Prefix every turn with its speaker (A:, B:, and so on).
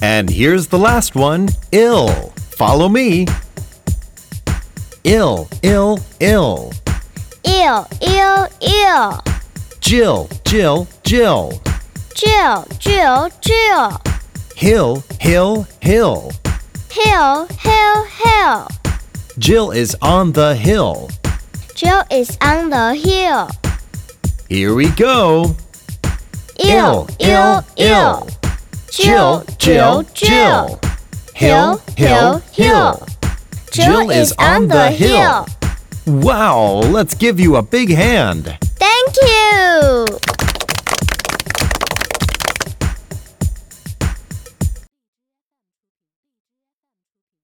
A: And here's the last one ill. Follow me. Ill, ill, ill.
B: Ill, ill, ill.
A: Jill, Jill, Jill.
B: Jill, Jill, Jill.
A: Hill, hill, hill.
B: Hill, hill, hill.
A: Jill is on the hill.
B: Jill is on the hill.
A: Here we go. Jill, Jill, Jill. Hill, hill, hill. Jill is on the hill. Wow, let's give you a big hand.
B: Thank you.